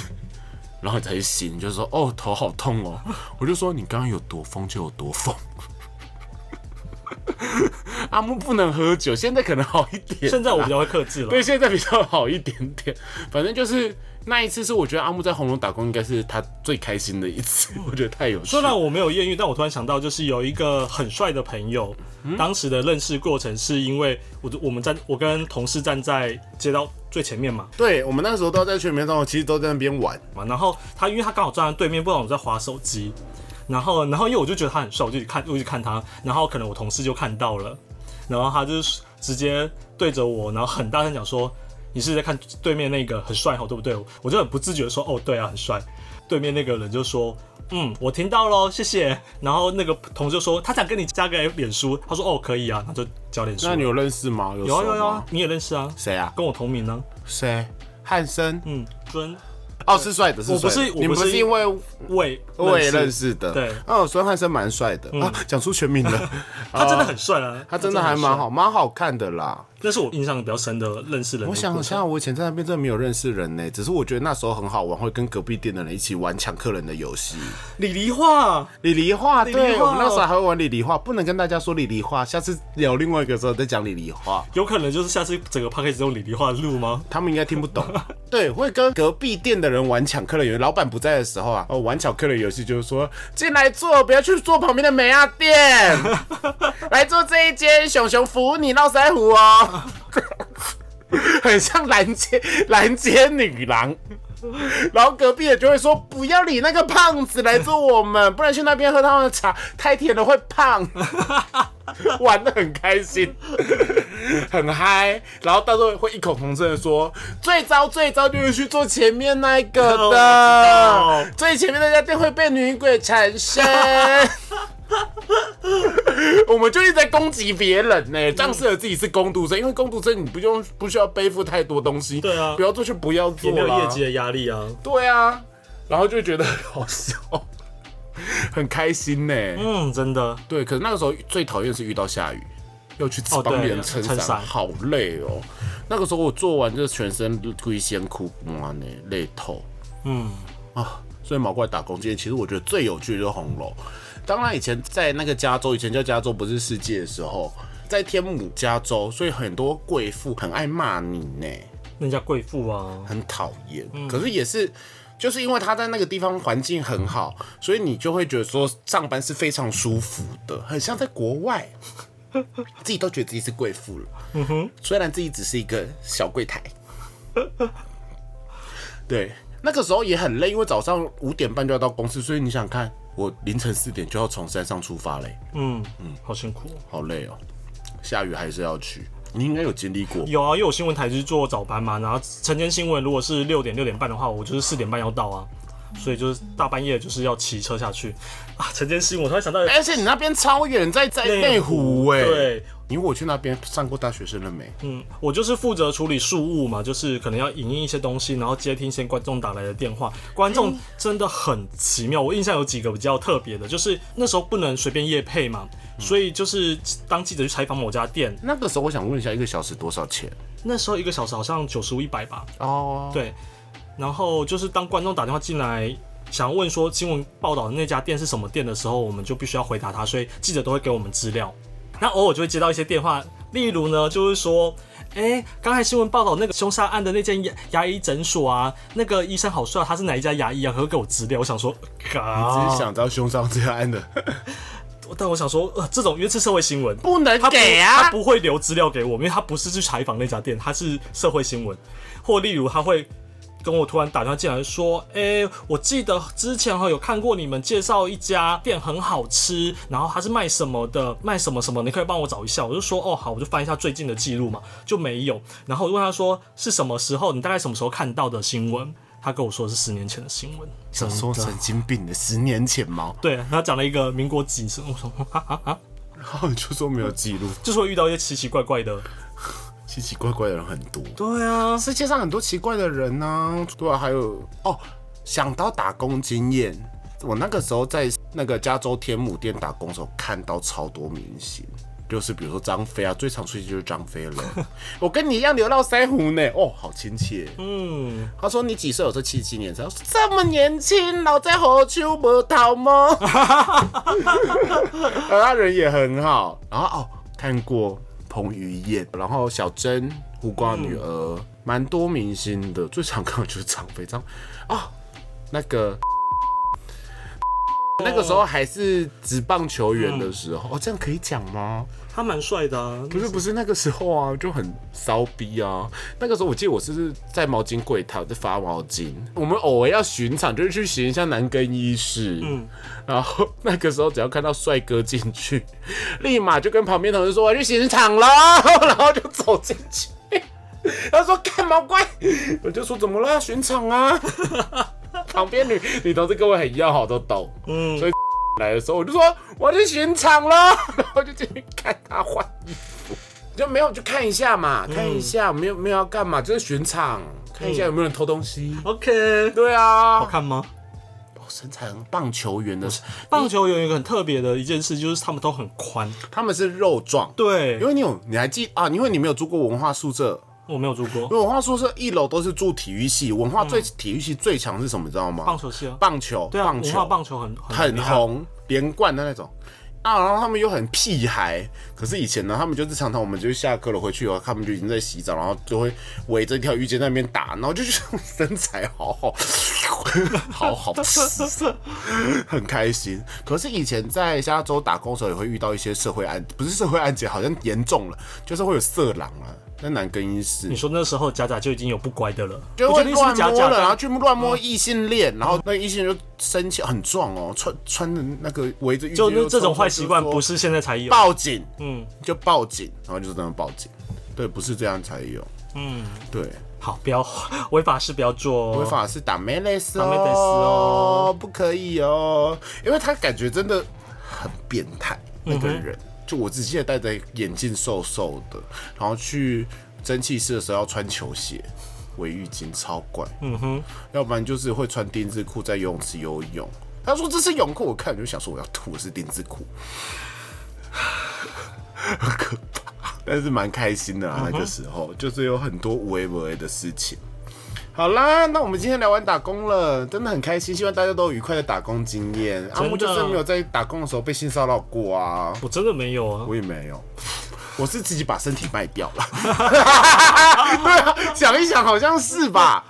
Speaker 1: 然后你才醒，你就说哦头好
Speaker 2: <laughs>
Speaker 1: 痛哦，我就说你刚刚有多疯 <laughs> 就有多疯。阿木不能喝酒，现在可能好一点。
Speaker 2: 现在我比较会克制了。
Speaker 1: <laughs> 对，现在比较好一点点。反正就是那一次，是我觉得阿木在红龙打工应该是他最开心的一次，
Speaker 2: 嗯
Speaker 1: 我觉得太有趣
Speaker 2: 虽
Speaker 1: 了。
Speaker 2: 然我没有艳遇，但我突然想到，就是有一个很帅的朋友，
Speaker 1: 嗯
Speaker 2: 当时的认识过程是因为我我们站，我跟同事站在街道最前面嘛，
Speaker 1: 对我们那时候都在全民运动，其实都在那边玩。
Speaker 2: 嘛，然后他因为他刚好站在对面，不然我在划手机，然后然后因为我就觉得他很帅，我就去看我就去看他，然后可能我同事就看到了，然后他就是直接对着我，然后很大声讲说：“你是在看对面那个很帅吼，对不对？”我就很不自觉地说：“哦，对啊，很帅。”对面那个人就说。嗯，我听到喽，谢谢。然后那个同事就说他想跟你加个脸书，他说哦可以啊，那就交脸书。
Speaker 1: 那你有认识吗？有
Speaker 2: 有啊
Speaker 1: 熟
Speaker 2: 有啊有啊
Speaker 1: 吗，
Speaker 2: 你也认识啊，
Speaker 1: 谁啊？
Speaker 2: 跟我同名呢、
Speaker 1: 谁？汉森
Speaker 2: 嗯，尊
Speaker 1: 哦，是帅的，是
Speaker 2: 我不
Speaker 1: 帅的
Speaker 2: 是我
Speaker 1: 你们
Speaker 2: 不
Speaker 1: 不
Speaker 2: 是
Speaker 1: 是因为
Speaker 2: 魏，
Speaker 1: 我也认。识的，
Speaker 2: 对嗯
Speaker 1: 哦，孙汉森蛮帅的啊，讲出全名了，
Speaker 2: <laughs> 他真的很帅啊，
Speaker 1: 哦他真的还
Speaker 2: 很帅
Speaker 1: 蛮好，蛮好看的啦。
Speaker 2: 那是我印象比较深的认识人的过
Speaker 1: 我
Speaker 2: 程。
Speaker 1: 想想，我以前在那边真的没有认识人呢、只是我觉得那时候很好玩，会跟隔壁店的人一起玩抢客人的
Speaker 2: <laughs>
Speaker 1: 游戏。
Speaker 2: 李黎话，
Speaker 1: 李黎话，
Speaker 2: 李黎
Speaker 1: 对
Speaker 2: 话
Speaker 1: 我们那时候还会玩李黎话，不能跟大家说李黎话，下次聊另外一个时候再讲李黎话，
Speaker 2: 有可能就是下次整个 p a c k a g e 用李黎话录吗？
Speaker 1: 哦他们应该听不懂。 <laughs> 对，会跟隔壁店的人玩抢客人游戏，老板不在的时候啊，哦，玩抢客人游戏就是说进来坐，不要去坐旁边的美亚店，来坐这一间，熊熊服务你络腮胡哦。 <laughs> 很像拦截拦截女郎， <laughs> 然后隔壁的就会说不要理那个胖子来做我们，不然去那边喝他们
Speaker 2: <laughs>
Speaker 1: 的茶，太甜了会胖。 <laughs> 玩的很开心， <laughs> 很嗨，然后到时候会异口同声的说，最糟最糟就是去做前面那一
Speaker 2: <laughs>
Speaker 1: 个
Speaker 2: 我知哦道
Speaker 1: 的，最前面那家店会被女鬼缠身。 <laughs> 我们就一直在攻击别人呢、
Speaker 2: 嗯
Speaker 1: 仗势而自己是攻读生，因为攻读生你不用不需要背负太多东西，
Speaker 2: 对啊
Speaker 1: 不要做就不要
Speaker 2: 也
Speaker 1: 做
Speaker 2: 没有
Speaker 1: 啦
Speaker 2: 业绩的压力啊。
Speaker 1: 对啊，然后就觉得很好笑， <laughs> 很开心呢、
Speaker 2: 嗯，真的，
Speaker 1: 对，可是那个时候最讨厌是遇到下雨，要去
Speaker 2: 哦对
Speaker 1: 帮别人撑伞，
Speaker 2: 撑伞
Speaker 1: 好累哦。那个时候我做完就全身龟仙哭妈呢，累透
Speaker 2: 嗯，
Speaker 1: 啊！所以毛怪打工这些，其实我觉得最有趣的就是红楼。当然，以前在那个加州，以前叫加州不是世界的时候，在天母加州，所以很多贵妇很爱骂你呢。
Speaker 2: 那家贵妇啊，
Speaker 1: 很讨厌，可是也是。就是因为他在那个地方环境很好，所以你就会觉得说上班是非常舒服的，很像在国 <laughs> 外，自己都觉得自己是贵妇了。嗯哼，虽然自己只是一个小柜台。 <laughs> 对，那个时候也很累，因为早上五点半就要到公司，所以你想看，我凌晨四点就要从山上出发嘞，
Speaker 2: 嗯嗯，好辛苦。
Speaker 1: 好累哦。下雨还是要去，你应该有经历过吧。
Speaker 2: 有啊，因为我新闻台就是做早班嘛，然后晨间新闻如果是六点六点半的话，我就是四点半要到啊，所以就是大半夜就是要骑车下去啊。晨间新闻，我突然想到
Speaker 1: 而且你那边超远，在在哎内湖哎、
Speaker 2: 对，
Speaker 1: 因为我去那边上过大学生了没？
Speaker 2: 嗯，我就是负责处理事务嘛，就是可能要影印一些东西，然后接听一些观众打来的电话。观众真的很奇妙，我印象有几个比较特别的，就是那时候不能随便夜配嘛，所以就是当记者去采访某家店，
Speaker 1: 那个时候我想问一下，一个小时多少钱？
Speaker 2: 那时候一个小时好像九十五一百吧，
Speaker 1: 哦，
Speaker 2: 对。然后就是当观众打电话进来，想问说新闻报道的那家店是什么店的时候，我们就必须要回答他，所以记者都会给我们资料。那偶尔就会接到一些电话，例如呢，就是说，哎，刚才新闻报道那个凶杀案的那间牙牙医诊所啊，那个医生好帅，他是哪一家牙医啊？可不可以给我资料？我想说，
Speaker 1: 只
Speaker 2: 嘎
Speaker 1: 是，想知道凶杀这个案的，
Speaker 2: 但我想说，呃，这种因为是社会新闻，
Speaker 1: <laughs> 不能
Speaker 2: 他不
Speaker 1: 给
Speaker 2: 他
Speaker 1: 啊！
Speaker 2: 不会留资料给我，因为他不是去采访那家店，他是社会新闻，或例如他会跟我突然打电话进来说，哎、我记得之前哈有看过你们介绍一家店很好吃，然后它是卖什么的，卖什么什么，你可以帮我找一下。我就说哦好，我就翻一下最近的记录嘛，就没有。然后我就问他说是什么时候，你大概什么时候看到的新闻？他跟我说是十年前的新闻。
Speaker 1: 想说神经病的，十年前 <laughs> 嘛，
Speaker 2: 对他讲了一个民国几十，我说哈哈哈，
Speaker 1: 然后你就说没有记录，
Speaker 2: 就是会遇到一些奇奇怪怪的。
Speaker 1: 奇奇怪怪的人很多。
Speaker 2: 对啊，
Speaker 1: 世界上很多奇怪的人呢、对啊，还有哦，想到打工经验，我那个时候在那个加州天母店打工的时候，看到超多明星，就是比如说张飞啊，最常出现就是张飞了。我跟你一样留到腮胡呢，哦，好亲切。
Speaker 2: 嗯，
Speaker 1: 他说你几岁？我说七七年生。他说这么年轻，老在河秋不逃吗？而他人也很好。然后哦，看过彭于晏，然后小珍、胡瓜女儿，蛮、多明星的。最常看的就是张飞，张啊、那个。那个时候还是职棒球员的时候，哦，这样可以讲吗？
Speaker 2: 他蛮帅的啊，
Speaker 1: 不是不是那个时候啊，就很骚逼啊。那个时候我记得我是在毛巾柜台我在发毛巾，我们偶尔要巡场，就是去巡一下男更衣室。嗯，然后 <laughs> 那个时候只要看到帅哥进去，立马就跟旁边同事说我要去巡场了， <laughs> 然后就走进去。 <laughs> 他说干毛怪，我就说怎么了？巡场啊。 <laughs> 旁边女女同事跟我很要好，都懂。嗯，所以来的时候我就说我要去巡场了，然后就进去看他换衣服，就没有就看一下嘛，看一下，没有没有要干嘛，就是巡场，看一下有没有人偷东西。
Speaker 2: OK，
Speaker 1: 对啊，
Speaker 2: 好看吗？
Speaker 1: 哦身材很棒球员的，
Speaker 2: 棒球有一个很特别的一件事，就是他们都很宽。
Speaker 1: 他们是肉壮。
Speaker 2: 对
Speaker 1: 因，为你有，你还记啊？因为你没有住过文化宿舍，
Speaker 2: 我没有住过
Speaker 1: 因为文化宿舍一楼都是住体育系，文化最、体育系最强是什么？你知道吗？
Speaker 2: 棒球系啊。
Speaker 1: 棒球，
Speaker 2: 对啊，
Speaker 1: 棒
Speaker 2: 文
Speaker 1: 球，
Speaker 2: 化棒球很很
Speaker 1: 很
Speaker 2: 厉害。
Speaker 1: 红，连贯的那种。啊，然后他们又很屁孩，可是以前呢，他们就是常常我们就下课了回去以后，他们就已经在洗澡，然后就会围着一条浴巾在那边打，然后就觉得身材好好， <laughs>
Speaker 2: <laughs>
Speaker 1: 好好吃，很开心。可是以前在加州打工的时候，也会遇到一些社会案，不是社会案件，好像严重了，就是会有色狼啊，那男更衣室
Speaker 2: 你，说那时候假假就已经有不乖的了，
Speaker 1: 就
Speaker 2: 我
Speaker 1: 会
Speaker 2: 觉得是
Speaker 1: 乱
Speaker 2: 假
Speaker 1: 摸
Speaker 2: 假
Speaker 1: 了，然
Speaker 2: 的，啊
Speaker 1: 后
Speaker 2: 嗯
Speaker 1: 去乱摸异性恋，然后那异性就生气，很壮哦，穿穿的那个围着浴巾
Speaker 2: 就
Speaker 1: 又
Speaker 2: 那
Speaker 1: 冲出
Speaker 2: 这
Speaker 1: 来，
Speaker 2: 种坏习惯
Speaker 1: 就说
Speaker 2: 不是现在才有。
Speaker 1: 报警，
Speaker 2: 嗯
Speaker 1: 就报警，然后就这样报警，对，不是这样才有，
Speaker 2: 嗯，
Speaker 1: 对，
Speaker 2: 好，不要 <laughs> 违法事不要做哦。
Speaker 1: 违法是打梅雷斯
Speaker 2: 打梅雷斯哦
Speaker 1: 哦，不可以哦，因为他感觉真的很变态，那个人，
Speaker 2: 嗯
Speaker 1: 就我只记得戴着眼镜瘦瘦的，然后去蒸汽室的时候要穿球鞋。围浴巾超怪，嗯哼，要不然就是会穿丁字裤在游泳池游泳。他说这是泳裤，我看我就想说我要吐，是丁字裤， <laughs> 很可怕，但是蛮开心的啊。那个时候就是有很多无为不为的事情。好啦，那我们今天聊完打工了，真的很开心，希望大家都有愉快的打工经验。阿木就是没有在打工的时候被性骚扰过啊，
Speaker 2: 我真的没有啊，
Speaker 1: 我也没有，我是自己把身体卖掉了。 <laughs> 对啊，想一想好像是吧。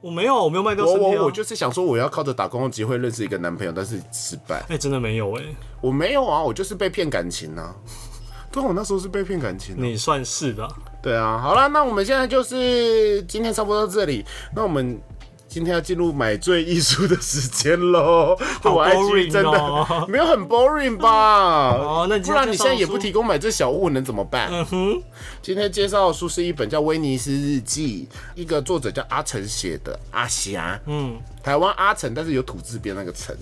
Speaker 2: 我没有，我没有卖掉
Speaker 1: 我
Speaker 2: 身体啊。
Speaker 1: 我我就是想说，我要靠着打工的机会认识一个男朋友，但是失败。
Speaker 2: 哎，真的没有哎，
Speaker 1: 我没有啊，我就是被骗感情啊。对啊，我那时候是被骗感情、啊。
Speaker 2: 你算是吧。
Speaker 1: 对啊，好了，那我们现在就是今天差不多到这里，那我们。今天要进入买醉艺术的时间喽，对我
Speaker 2: boring
Speaker 1: IG 真
Speaker 2: 哦
Speaker 1: 的 <laughs> 没有很 boring 吧？
Speaker 2: <laughs> 哦那你今
Speaker 1: 不
Speaker 2: 天
Speaker 1: 然你
Speaker 2: 介绍
Speaker 1: 现在也
Speaker 2: 书
Speaker 1: 不提供买醉小物能怎么办？
Speaker 2: 嗯哼，
Speaker 1: 今天介绍的书是一本叫《威尼斯日记》，一个作者叫阿成写的，阿霞，嗯，台湾阿成，但是有土字边那个成，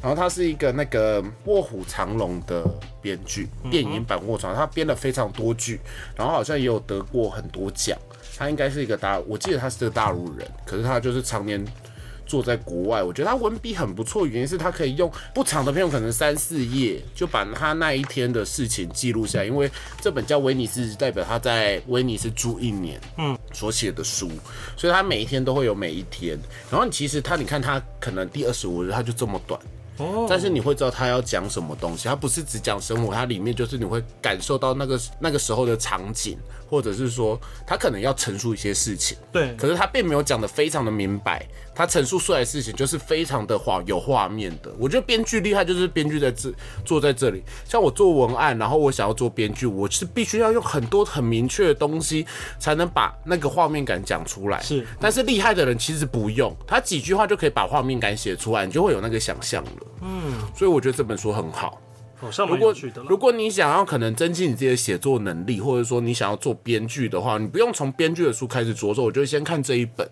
Speaker 1: 然后他是一个那个《卧虎藏龙》的编剧，电影版《卧虎藏龙》，他编了非常多剧，然后好像也有得过很多奖，他应该是一个大，我记得他是个大陆人，可是他就是常年。做在国外，我觉得他文笔很不错，原因是他可以用不长的篇幅，可能三四页就把他那一天的事情记录下来。因为这本叫《威尼斯》，代表他在威尼斯住一年，嗯，所写的书，所以他每一天都会有每一天。然后你其实他，你看他可能第二十五日他就这么短，
Speaker 2: 哦
Speaker 1: 但是你会知道他要讲什么东西，他不是只讲生活，它里面就是你会感受到那个那个时候的场景，或者是说他可能要陈述一些事情，
Speaker 2: 对
Speaker 1: 可是他并没有讲的非常的明白，他陈述出来的事情就是非常的画有画面的。我觉得编剧厉害就是编剧在这坐在这里，像我做文案，然后我想要做编剧，我是必须要用很多很明确的东西才能把那个画面感讲出来。
Speaker 2: 是
Speaker 1: 但是厉害的人其实不用，他几句话就可以把画面感写出来，你就会有那个想象了。嗯，所以我觉得这本书很好。
Speaker 2: 好像
Speaker 1: 如
Speaker 2: 蛮
Speaker 1: 果
Speaker 2: 有趣的了
Speaker 1: 如。果你想要可能增进你自己的写作能力，或者说你想要做编剧的话，你不用从编剧的书开始着手，我就先看这一本，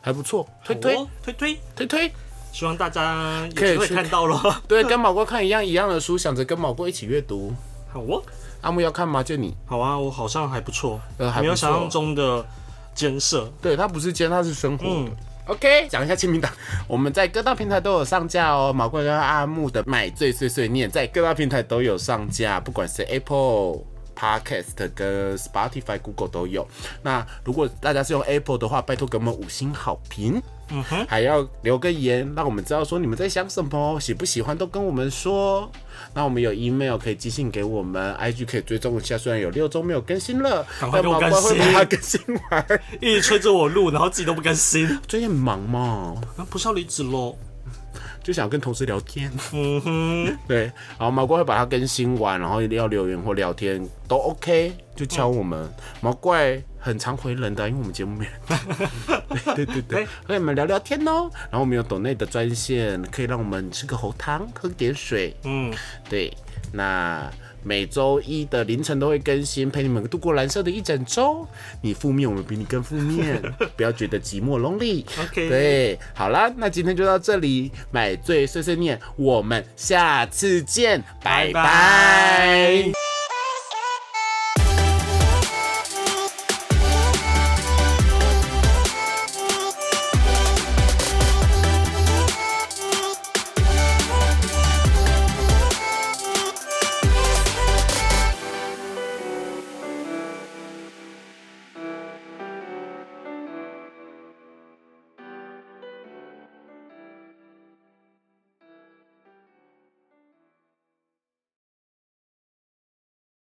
Speaker 1: 还不错，推推
Speaker 2: 哦推推，
Speaker 1: 推推。
Speaker 2: 希望大家有
Speaker 1: 可以
Speaker 2: 机会
Speaker 1: 去
Speaker 2: 看到了。
Speaker 1: 对，跟毛哥看一样一样的书，想着跟毛哥一起阅读。
Speaker 2: 好哦，
Speaker 1: 阿木要看吗？就你，
Speaker 2: 好啊，我好像还不错，
Speaker 1: 呃还不错
Speaker 2: 没有想象中的艰涩。
Speaker 1: 对他不是兼，他是生活。
Speaker 2: 嗯
Speaker 1: OK，讲一下签名档，我们在各大平台都有上架哦。毛怪跟阿木的《买醉碎碎念》在各大平台都有上架，不管是 Apple。Podcast 跟 Spotify、Google 都有。那如果大家是用 Apple 的话，拜托给我们五星好评，嗯哼，还要留个言，让我们知道说你们在想什么，喜不喜欢都跟我们说。那我们有 email 可以寄信给我们，IG 可以追踪一下，虽然有六周没有更新了，
Speaker 2: 赶快
Speaker 1: 但
Speaker 2: 给我
Speaker 1: 毛怪
Speaker 2: 更
Speaker 1: 会
Speaker 2: 新
Speaker 1: 把它更新完。
Speaker 2: 一直催着我录，然后自己都不更新，
Speaker 1: 最近很忙嘛，
Speaker 2: 啊，不是要离职喽？
Speaker 1: 就想跟同事聊天。
Speaker 2: 嗯哼，
Speaker 1: 对，然后毛怪会把它更新完，然后要留言或聊天都 OK，就敲我们。毛怪很常回人的，因为我们节目没人。
Speaker 2: <laughs>
Speaker 1: 对对对对，和你们聊聊天哦。然后我们有抖内的专线，可以让我们吃个喉糖，喝点水。
Speaker 2: 嗯，
Speaker 1: 对，那每周一的凌晨都会更新，陪你们度过蓝色的一整周。你负面，我们比你更负面，不要觉得寂寞 lonely。
Speaker 2: OK
Speaker 1: 对，好啦，那今天就到这里，买醉碎碎念，我们下次见，
Speaker 2: 拜
Speaker 1: 拜拜
Speaker 2: 拜